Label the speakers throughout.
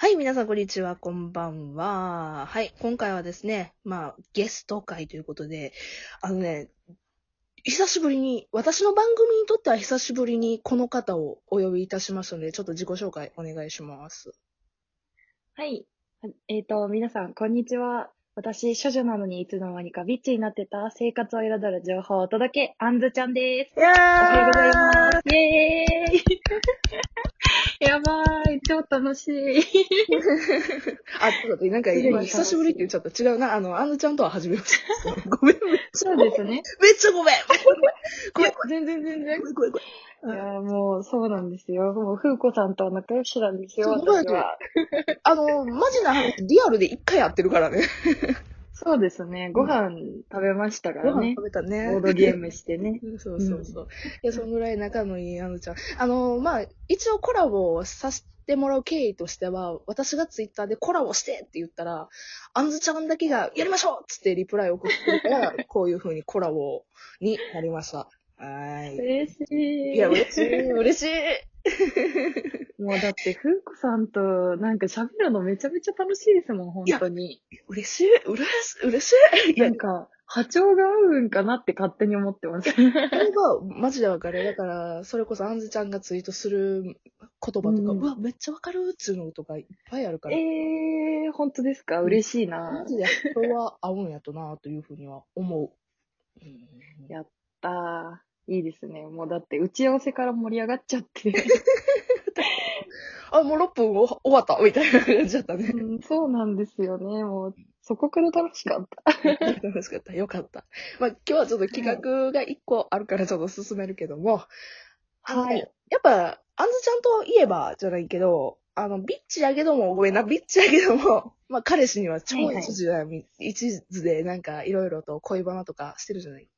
Speaker 1: はい、皆さん、こんにちは、こんばんは。はい、今回はですね、まあ、ゲスト会ということで、あのね、久しぶりに、私の番組にとっては久しぶりにこの方をお呼びいたしましたので、ちょっと自己紹介お願いします。
Speaker 2: はい。えっ、と、皆さん、こんにちは。私、処女なのにいつの間にかビッチになってた生活を彩る情報をお届け、あんずちゃんです。
Speaker 1: いや。
Speaker 2: おはようございますす。イエーイやばい、超楽しい。
Speaker 1: あ、ちょっと待って、なんか今、久しぶりって言っちゃった。違うな、あの、あんぬちゃんとは初めまして。ごめん、めっ
Speaker 2: そうですね。
Speaker 1: ちゃご めん。ごめん、
Speaker 2: 全然全然。
Speaker 1: ごめん、ごめん。
Speaker 2: いや、もう、そうなんですよ。もう、ふうこさんとは仲良しなんですよ、
Speaker 1: そうなん
Speaker 2: 私
Speaker 1: だよ
Speaker 2: は。
Speaker 1: あの、マジな話、リアルで一回会ってるからね。
Speaker 2: そうですね。ご飯食べましたからね。
Speaker 1: 食べた
Speaker 2: オ
Speaker 1: ね。
Speaker 2: ードゲームしてね。
Speaker 1: そうそうそう。いや、そのぐらい仲のいいあのちゃん。あの、まあ、一応コラボをさせてもらう経緯としては、私がツイッターでコラボしてって言ったら、あんずちゃんだけがやりましょうっつってリプライを送ってくれたから、こういう風にコラボになりました。はーい。
Speaker 2: 嬉しい。
Speaker 1: いや、嬉しい、嬉しい。
Speaker 2: もうだって、ふうこさんとなんか喋るのめちゃめちゃ楽しいですもん、本当に。
Speaker 1: 嬉しい、嬉しい、嬉しい。いや
Speaker 2: なん、か、波長が合うんかなって勝手に思ってます。
Speaker 1: これがマジでわかる。だから、それこそあんずちゃんがツイートする言葉とか、う
Speaker 2: うん
Speaker 1: わ、めっちゃわかるっつうのとかいっぱいあるから。
Speaker 2: えー、本当ですか嬉しい
Speaker 1: マ
Speaker 2: な。
Speaker 1: ジで人は合うんやとなというふうには思う。うん
Speaker 2: いやあーいいですね。もうだって、打ち合わせから盛り上がっちゃって。
Speaker 1: あ、もう6分お終わったみたいな感じだった ね。
Speaker 2: うん、そうなんですよね。もう、そこから楽しかった。
Speaker 1: 楽しかった。よかった。まあ今日はちょっと企画が1個あるからちょっと進めるけども。あのね
Speaker 2: はい
Speaker 1: やっぱ、あんずちゃんといえばじゃないけど、あの、ビッチやけども、ごめんな、ビッチやけども、 まあ彼氏には超一途だ、一途でなんかいろいろと恋バナとかしてるじゃない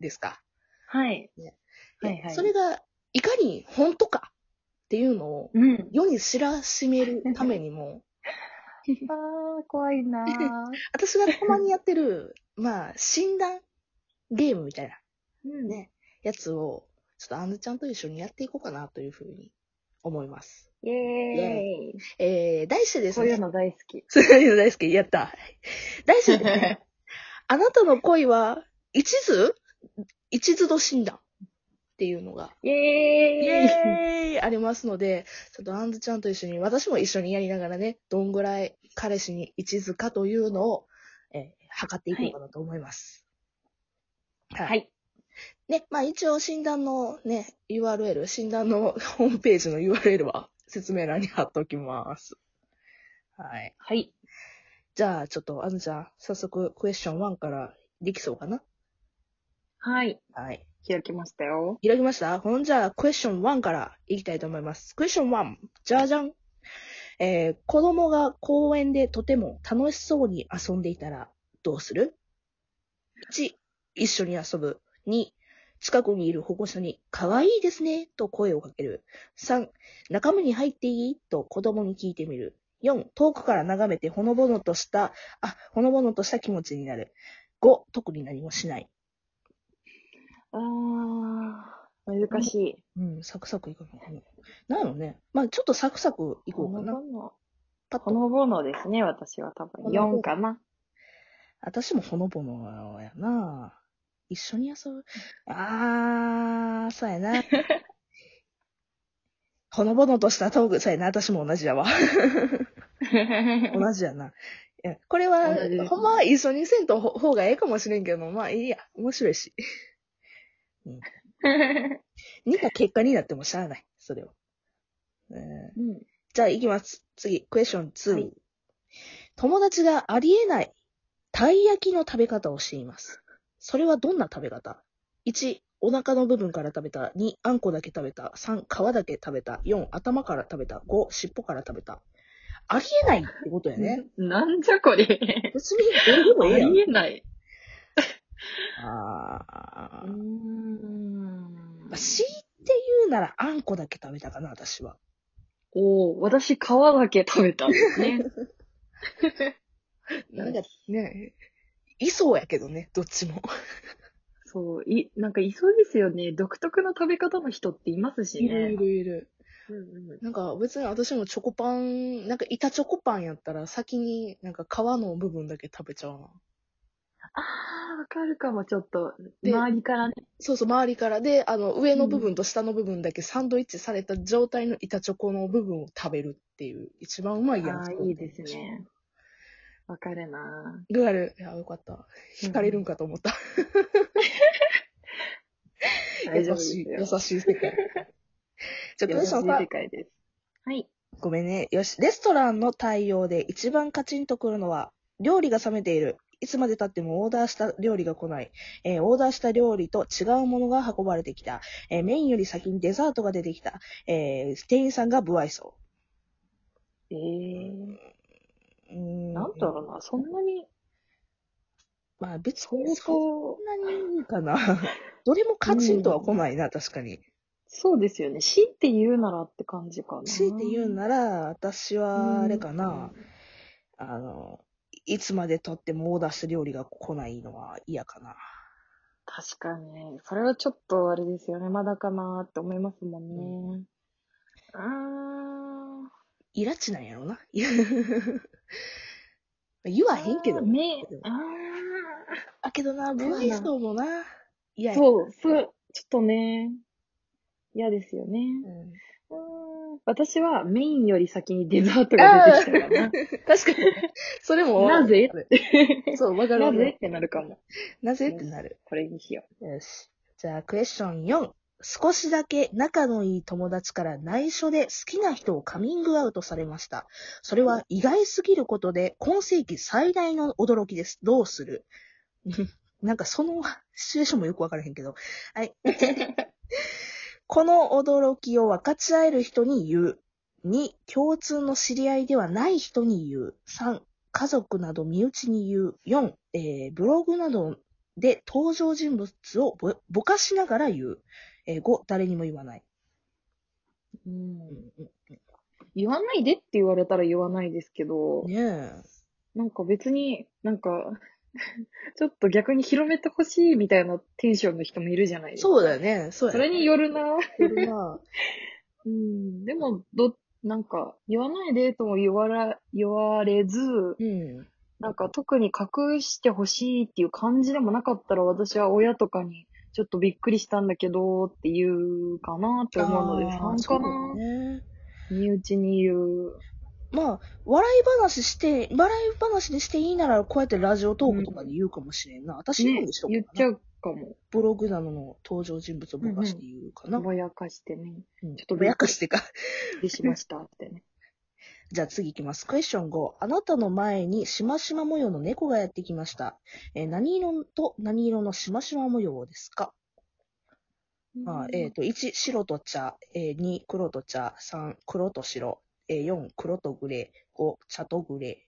Speaker 1: ですか。
Speaker 2: はい。
Speaker 1: ね
Speaker 2: はいはい。
Speaker 1: それが、いかに本当かっていうのを、
Speaker 2: うん。
Speaker 1: 世に知らしめるために も、
Speaker 2: あー、怖いなー。
Speaker 1: 私がたまにやってる、まあ、診断ゲームみたいな
Speaker 2: うん
Speaker 1: ねやつを、ちょっとあんずちゃんと一緒にやっていこうかなというふうに思います。
Speaker 2: イエーイ。
Speaker 1: えー、題してです
Speaker 2: そういう
Speaker 1: ね。
Speaker 2: の大好き。
Speaker 1: そういうの大好き、やった。題してです ね、あなたの恋は、一途一途度診断っていうのが、
Speaker 2: イエーイ
Speaker 1: イエーイありますので、ちょっとあんずちゃんと一緒に、私も一緒にやりながらね、どんぐらい彼氏に一途かというのを、えー測っていこうかなと思います。はい。
Speaker 2: はい。
Speaker 1: ね、まあ一応診断のね、URL、診断のホームページの URL は説明欄に貼っておきます。はい。
Speaker 2: はい。
Speaker 1: じゃあちょっとあんずちゃん、早速クエスチョン1からできそうかな
Speaker 2: はい。
Speaker 1: はい。
Speaker 2: 開きましたよ。
Speaker 1: 開きましたほんじゃあ、クエスチョン1からいきたいと思います。クエスチョン1、じゃじゃん。えー、子供が公園でとても楽しそうに遊んでいたら、どうする ?1、一緒に遊ぶ。2、近くにいる保護者に、かわいいですね、と声をかける。3、中身に入っていいと子供に聞いてみる。4、遠くから眺めてほのぼのとした、あ、ほのぼのとした気持ちになる。5、特に何もしない。
Speaker 2: あー、難しい。
Speaker 1: うん、サクサクいくのかな。なのね。まあちょっとサクサクいこ
Speaker 2: ほ
Speaker 1: うか
Speaker 2: のぼ
Speaker 1: な。
Speaker 2: の。
Speaker 1: パッ
Speaker 2: ほ
Speaker 1: と。
Speaker 2: のぼのですね、私は多分。
Speaker 1: ほのぼの
Speaker 2: 4かな。
Speaker 1: 私もほのぼのやな。一緒に遊ぶ。あー、そうやな。 ほのぼのとしたトーク、そうやな。私も同じ やわ。同じやな。いやこれは
Speaker 2: 同じで、す
Speaker 1: ほんまは一緒にせんとほ方がええかもしれんけど、まあいいや。面白いし。似た結果になってもしゃあない。それは。うん
Speaker 2: うん。
Speaker 1: じゃあ、行きます。次、クエスチョン2。
Speaker 2: はい
Speaker 1: 友達がありえない、たい焼きの食べ方をしています。それはどんな食べ方 ?1、お腹の部分から食べた。2、あんこだけ食べた。3、皮だけ食べた。4、頭から食べた。5、尻尾から食べた。ありえないってことやね。
Speaker 2: なんじゃこれ。
Speaker 1: 別に、どれでも
Speaker 2: あ
Speaker 1: ええやん
Speaker 2: り。えない。
Speaker 1: あ
Speaker 2: う
Speaker 1: ー
Speaker 2: ーん
Speaker 1: まあ、強いて言うなら、あんこだけ食べたかな、私は。
Speaker 2: おー、私皮だけ食べたんですね。
Speaker 1: なんかね、いそうやけどね、どっちも。
Speaker 2: そう、い、なんかいそうですよね。独特な食べ方の人っていますし
Speaker 1: いるい
Speaker 2: ね。
Speaker 1: るいる。
Speaker 2: うんうん。
Speaker 1: なんか別に私もチョコパン、なんか板チョコパンやったら先になんか皮の部分だけ食べちゃうな。
Speaker 2: ああ、わかるかも、ちょっと。
Speaker 1: で
Speaker 2: 周りからね。
Speaker 1: そうそう、周りからで、あの、上の部分と下の部分だけサンドイッチされた状態の板チョコの部分を食べるっていう、一番うまいや
Speaker 2: あ
Speaker 1: つ。
Speaker 2: あ、いいで す。ね。わかるな
Speaker 1: ルアル、いや、よかった。
Speaker 2: うん
Speaker 1: 惹かれるんかと思った。優
Speaker 2: ぁ。大丈夫です
Speaker 1: しい、
Speaker 2: よ
Speaker 1: 優。しい世 界。じゃあ、ク
Speaker 2: 優
Speaker 1: エ
Speaker 2: しい
Speaker 1: スチョンさ
Speaker 2: 世、界です。はい。
Speaker 1: ごめんね。よし、レストランの対応で一番カチンとくるのは、料理が冷めている。いつまで経ってもオーダーした料理が来ない。えーオーダーした料理と違うものが運ばれてきた。えーメインより先にデザートが出てきた。えー店員さんが不愛想。
Speaker 2: えー、
Speaker 1: うーん
Speaker 2: なんだろうな、そんなに、
Speaker 1: まあ別
Speaker 2: 相
Speaker 1: にそ
Speaker 2: 当、
Speaker 1: んなにいいか な。どれもカチンとは来ないな、確かに。
Speaker 2: そうですよね。強いて言うならって感じかな。
Speaker 1: 強いて言うなら、私はあれか
Speaker 2: う
Speaker 1: な。
Speaker 2: ん。
Speaker 1: あの、いつまで経ってもオーダーした料理が来ないのは嫌かな。
Speaker 2: 確かに。それはちょっとあれですよね。まだかなって思いますもんね。あー。
Speaker 1: イラチなんやろな。 言わへんけど
Speaker 2: あー
Speaker 1: ね。
Speaker 2: め、あ
Speaker 1: あ、けどな、
Speaker 2: う
Speaker 1: ブ
Speaker 2: やな
Speaker 1: 愛想もな。いや
Speaker 2: ー
Speaker 1: や
Speaker 2: そう、そう、ちょっとね、嫌ですよね。
Speaker 1: うん
Speaker 2: うーん私はメインより先にデザートが出てきたか
Speaker 1: 確かに。それも。
Speaker 2: なぜ
Speaker 1: そう、わか
Speaker 2: ら
Speaker 1: るわか
Speaker 2: な。なぜ
Speaker 1: る
Speaker 2: っ。てなるかも。
Speaker 1: なぜってなる。
Speaker 2: これにしよ
Speaker 1: よし。じゃあ、クエスチョン4。少しだけ仲のいい友達から内緒で好きな人をカミングアウトされました。それは意外すぎることで、今世紀最大の驚きです。どうする なんかそのシチュエーションもよくわからへんけど。はい。この驚きを分かち合える人に言う。2、共通の知り合いではない人に言う。3、家族など身内に言う。4、えーブログなどで、登場人物をぼぼかしながら言う。えー、5、誰にも言わない。
Speaker 2: う。うん
Speaker 1: うん
Speaker 2: 言わないでって言われたら言わないですけど、
Speaker 1: ねえ。
Speaker 2: なんか別に、なんか、 ちょっと逆に広めてほしいみたいなテンションの人もいるじゃないですか。
Speaker 1: そうだよね。そう
Speaker 2: そ
Speaker 1: や
Speaker 2: れ
Speaker 1: ね。
Speaker 2: によるな。
Speaker 1: それは、
Speaker 2: うん。でも、ど、なんか、言わないでとも言わら、言われず、
Speaker 1: うん。
Speaker 2: なんか特に隠してほしいっていう感じでもなかったら私は親とかにちょっとびっくりしたんだけどっていうかなって思うので、
Speaker 1: あー
Speaker 2: 3
Speaker 1: そ
Speaker 2: か
Speaker 1: うだ
Speaker 2: な
Speaker 1: よ、ね。
Speaker 2: 身内に言う。
Speaker 1: まあ、笑い話して、笑い話にしていいなら、こうやってラジオトークとかで言うかもしれんな。私の
Speaker 2: ね
Speaker 1: 方でしょ、
Speaker 2: 言っちゃうかも。
Speaker 1: ブログなどの登場人物をぼかして言うかな。
Speaker 2: ぼやかしてね。
Speaker 1: うん
Speaker 2: ちょっと
Speaker 1: ぼやかしてか。
Speaker 2: びっくりしましたってね。
Speaker 1: じゃあ次行きます。クエスチョン5。あなたの前にしましま模様の猫がやってきました。えー何色と何色のしましま模様ですか、まあえー、と ?1、白と茶、えー2、黒と茶、3、黒と白、えー4、黒とグレー、5、茶とグレ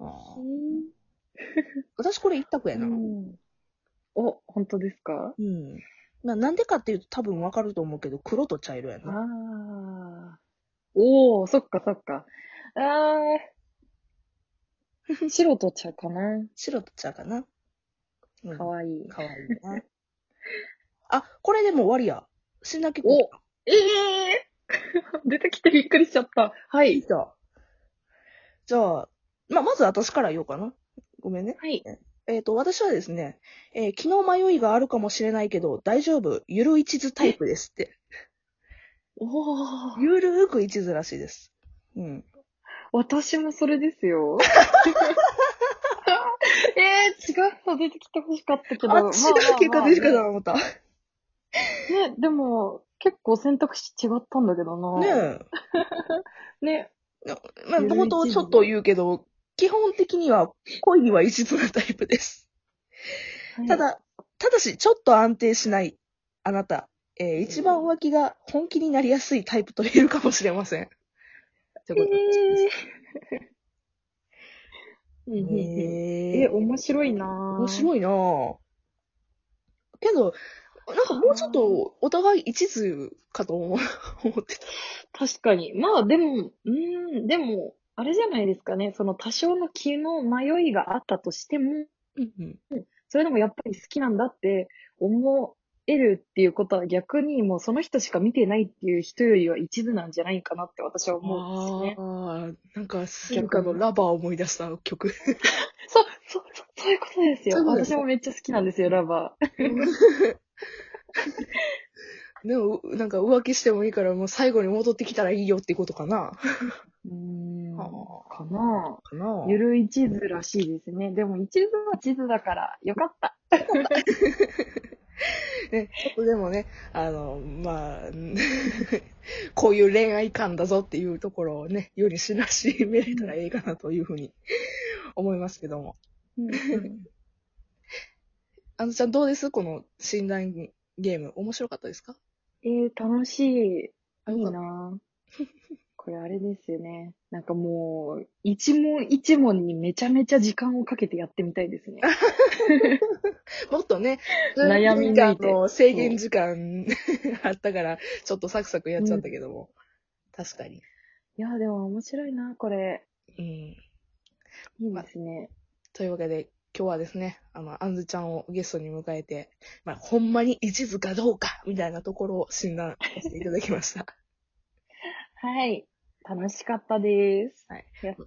Speaker 1: ー。あ
Speaker 2: う
Speaker 1: ー
Speaker 2: ん
Speaker 1: 私これ一択やな。
Speaker 2: う
Speaker 1: うん。
Speaker 2: んお、本当ですか
Speaker 1: まあ、なんでかっていうと多分わかると思うけど、黒と茶色やな。
Speaker 2: ああ。おお、そっかそっか。あ あ。白と茶かな。
Speaker 1: 白と茶かな。うん、
Speaker 2: かわいい。
Speaker 1: かわいいな。あ、これでもう終わりや。死んだけこ
Speaker 2: おええ 出てきてびっくりしちゃった。は
Speaker 1: で
Speaker 2: い
Speaker 1: き。た。じゃあ、まあ、まず私から言おうかな。ごめんね。
Speaker 2: はい。
Speaker 1: えっ、と、私はですね、えー昨日迷いがあるかもしれないけど、大丈夫。ゆる一途タイプですって。
Speaker 2: おお。
Speaker 1: ゆるーく一途らしいです。うん。
Speaker 2: 私もそれです よ。ええ違うの出てきてほしかったけど。
Speaker 1: あ、違
Speaker 2: ま
Speaker 1: う
Speaker 2: ままあ
Speaker 1: 結果出るかと思った。ね
Speaker 2: ね、でも、結構選択肢違ったんだけどな。
Speaker 1: え。
Speaker 2: ね。
Speaker 1: まあ、
Speaker 2: ゆる一途
Speaker 1: 冒頭ちょっと言うけど、基本的には恋には一途なタイプです。ただ、ただし、ちょっと安定しない、あなた。えー一番浮気が本気になりやすいタイプと言えるかもしれません。という
Speaker 2: え
Speaker 1: ことで
Speaker 2: ーうんうんうん
Speaker 1: え
Speaker 2: え、面白いな
Speaker 1: 面
Speaker 2: い。
Speaker 1: 白いなぁ。けど、なんかもうちょっとお互い一途かと思う思ってた。
Speaker 2: 確かに。まあでも、うーん、でも、あれじゃないですかね。その多少の気の迷いがあったとしても、
Speaker 1: うんうん
Speaker 2: それでもやっぱり好きなんだって思得るっていうことは逆にもうその人しか見てないっていう人よりは一途なんじゃないかなって私は思うんですよね。
Speaker 1: ああ、なんか、スイカのラバーを思い出した曲。
Speaker 2: そう、そう、そうそういうことですよ。
Speaker 1: そういうことです
Speaker 2: 私もめっちゃ好きなんですよ、ラバー。
Speaker 1: でも、なんか浮気してもいいから、もう最後に戻ってきたらいいよってことかな。
Speaker 2: うーん
Speaker 1: は
Speaker 2: かな
Speaker 1: かな
Speaker 2: ぁ。ゆる一途らしいですね。でも一途は地図だからよかった。
Speaker 1: ね、ちょっとでもね、あの、まあ、 こういう恋愛感だぞっていうところをね、世に知らしめれたらいいかなというふうに思いますけども。あのちゃんどうですこの診断ゲーム。面白かったですか
Speaker 2: えー、楽しい。
Speaker 1: あ
Speaker 2: いい
Speaker 1: よかった
Speaker 2: なぁ。これあれですよね。なんかもう、一問一問にめちゃめちゃ時間をかけてやってみたいで すね。
Speaker 1: もっとね、
Speaker 2: 悩み抜いて
Speaker 1: あの制限時間 あったから、ちょっとサクサクやっちゃったけども。確かに。
Speaker 2: いや、でも面白いな、これ。
Speaker 1: うん。
Speaker 2: いいですね。
Speaker 1: というわけで、今日はですね、あの、あんずちゃんをゲストに迎えて、まあ、ほんまに一途かどうか、みたいなところを診断させていただきました。
Speaker 2: はい。楽しかったです。
Speaker 1: はい
Speaker 2: やった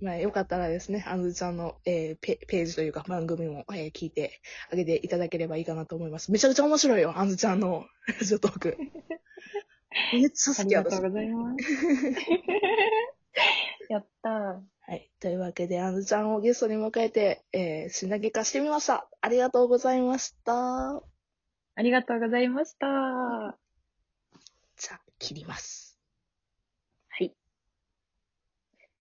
Speaker 2: ー。
Speaker 1: まあ、よかったらですね、あんずちゃんの、えーペページというか番組も、えー聞いてあげていただければいいかなと思います。めちゃくちゃ面白いよ、あんずちゃんの ラジオトーク。めっちゃ
Speaker 2: あ
Speaker 1: 好
Speaker 2: り
Speaker 1: き
Speaker 2: が
Speaker 1: や
Speaker 2: とう
Speaker 1: 私。
Speaker 2: ございます。 やったー。
Speaker 1: はい。というわけで、あんずちゃんをゲストに迎えて、えー、診断結果してみました。ありがとうございました。
Speaker 2: ありがとうございました。
Speaker 1: じゃあ、切ります。